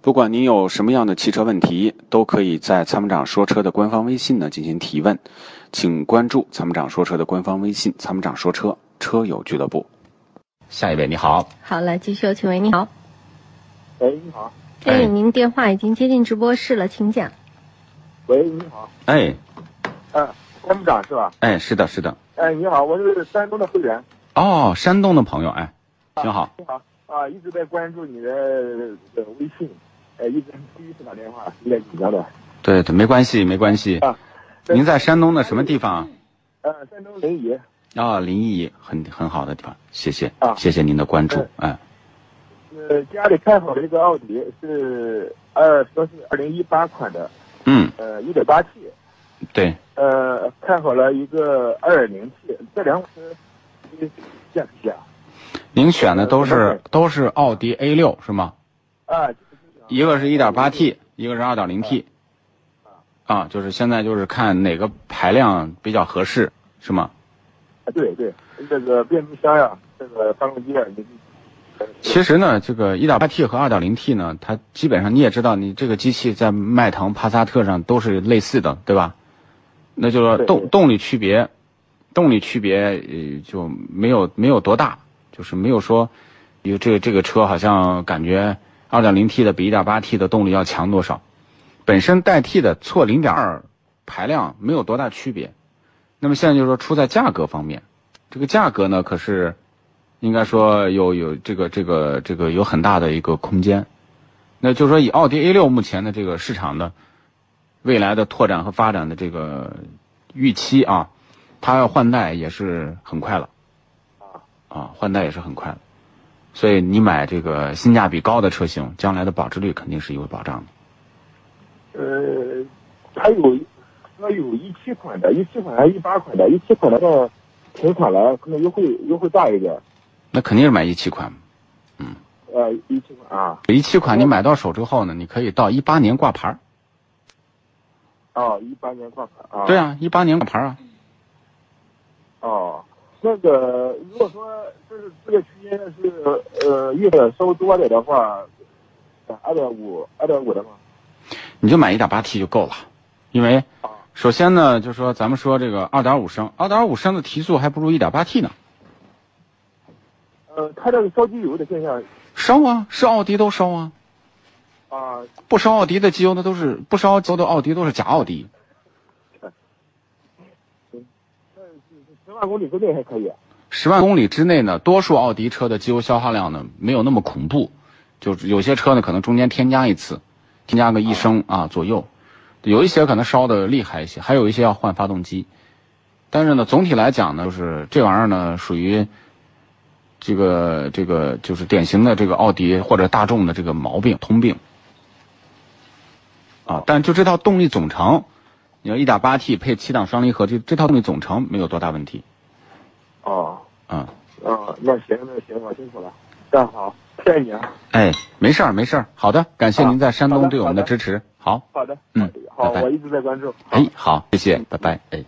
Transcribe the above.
不管您有什么样的汽车问题，都可以在参谋长说车的官方微信呢进行提问，请关注参谋长说车的官方微信“参谋长说车车友俱乐部下一位，你好，好了，继续有请。喂，你好，喂，你好。哎，哎您电话已经接进直播室了，请讲。喂，你好。”。哎嗯、参谋长是吧？哎，是的，是的。哎，你好，我是山东的会员。哦，山东的朋友，哎，挺好。你好。啊，一直在关注你的呃微信，呃，一直第一次打电话，有点紧张的。对对，没关系，没关系。啊您在山东的什么地方？呃，山东临沂。啊，临沂，很很好的地方。谢谢啊，谢谢您的关注。哎，呃，家里看好了一个奥迪，是二说是二零一八款的，嗯，呃，一点八 T，对，呃，看好了一个二点零 T，这两款车，你见识一下您选的都是呃都是奥迪 A 六是吗？啊，就是这样一个是 1.8T，一个是 2.0T。啊，就是现在就是看哪个排量比较合适，是吗？啊对对，这个变速箱呀、这个发动机啊，你其实呢，这个 1.8T 和 2.0T 呢，它基本上你也知道，你这个机器在迈腾、帕萨特上都是类似的，对吧？那就是说对动对动力区别，动力区别呃就没有没有多大，就是没有说，有这个这个车好像感觉 2.0T 的比 1.8T 的动力要强多少，本身代替的错0.2排量没有多大区别。那么现在就是说出在价格方面，这个价格呢可是。应该说有有这个这个这个有很大的一个空间。那就是说，以奥迪 A 六目前的这个市场的未来的拓展和发展的这个预期啊，它要换代也是很快了，啊，换代也是很快了。所以你买这个性价比高的车型，将来的保值率肯定是有保障的。呃，它有它有一七款的，一七款还一八款的，一七款的话同款了，可能优惠优惠大一点。那肯定是买一七款，呃，一七款啊，一七款你买到手之后呢，你可以到一八年挂牌儿。哦，一八年挂牌啊。对啊，一八年挂牌儿啊。哦，那个呃如果说就是这个区间是呃预算稍微多点的话，二点五二点五的嘛。你就买一点八 T 就够了，因为啊首先呢，就说咱们说这个二点五升，二点五升的提速还不如一点八 T 呢，呃，它这个烧机油的现象烧啊，是奥迪都烧啊，啊，不烧奥迪的机油那都是不烧机油的奥迪都是假奥迪，十万公里之内还可以。十万公里之内呢，多数奥迪车的机油消耗量呢没有那么恐怖，就是有些车呢可能中间添加一次，添加个一升啊左右，有一些可能烧的厉害一些，还有一些要换发动机。但是呢，总体来讲呢，就是这玩意儿呢属于这个这个就是典型的这个奥迪或者大众的这个毛病通病啊。但就这套动力总成，你要一点八 T 配七档双离合，这这套动力总成没有多大问题哦，啊。啊，那行那行，我辛苦了，干好，谢谢你啊。哎，没事儿，没事儿。好的，感谢您在山好东的对我们好的支持。好，好的，嗯好，拜拜我一直在关注。好哎，好，谢谢，拜拜，哎。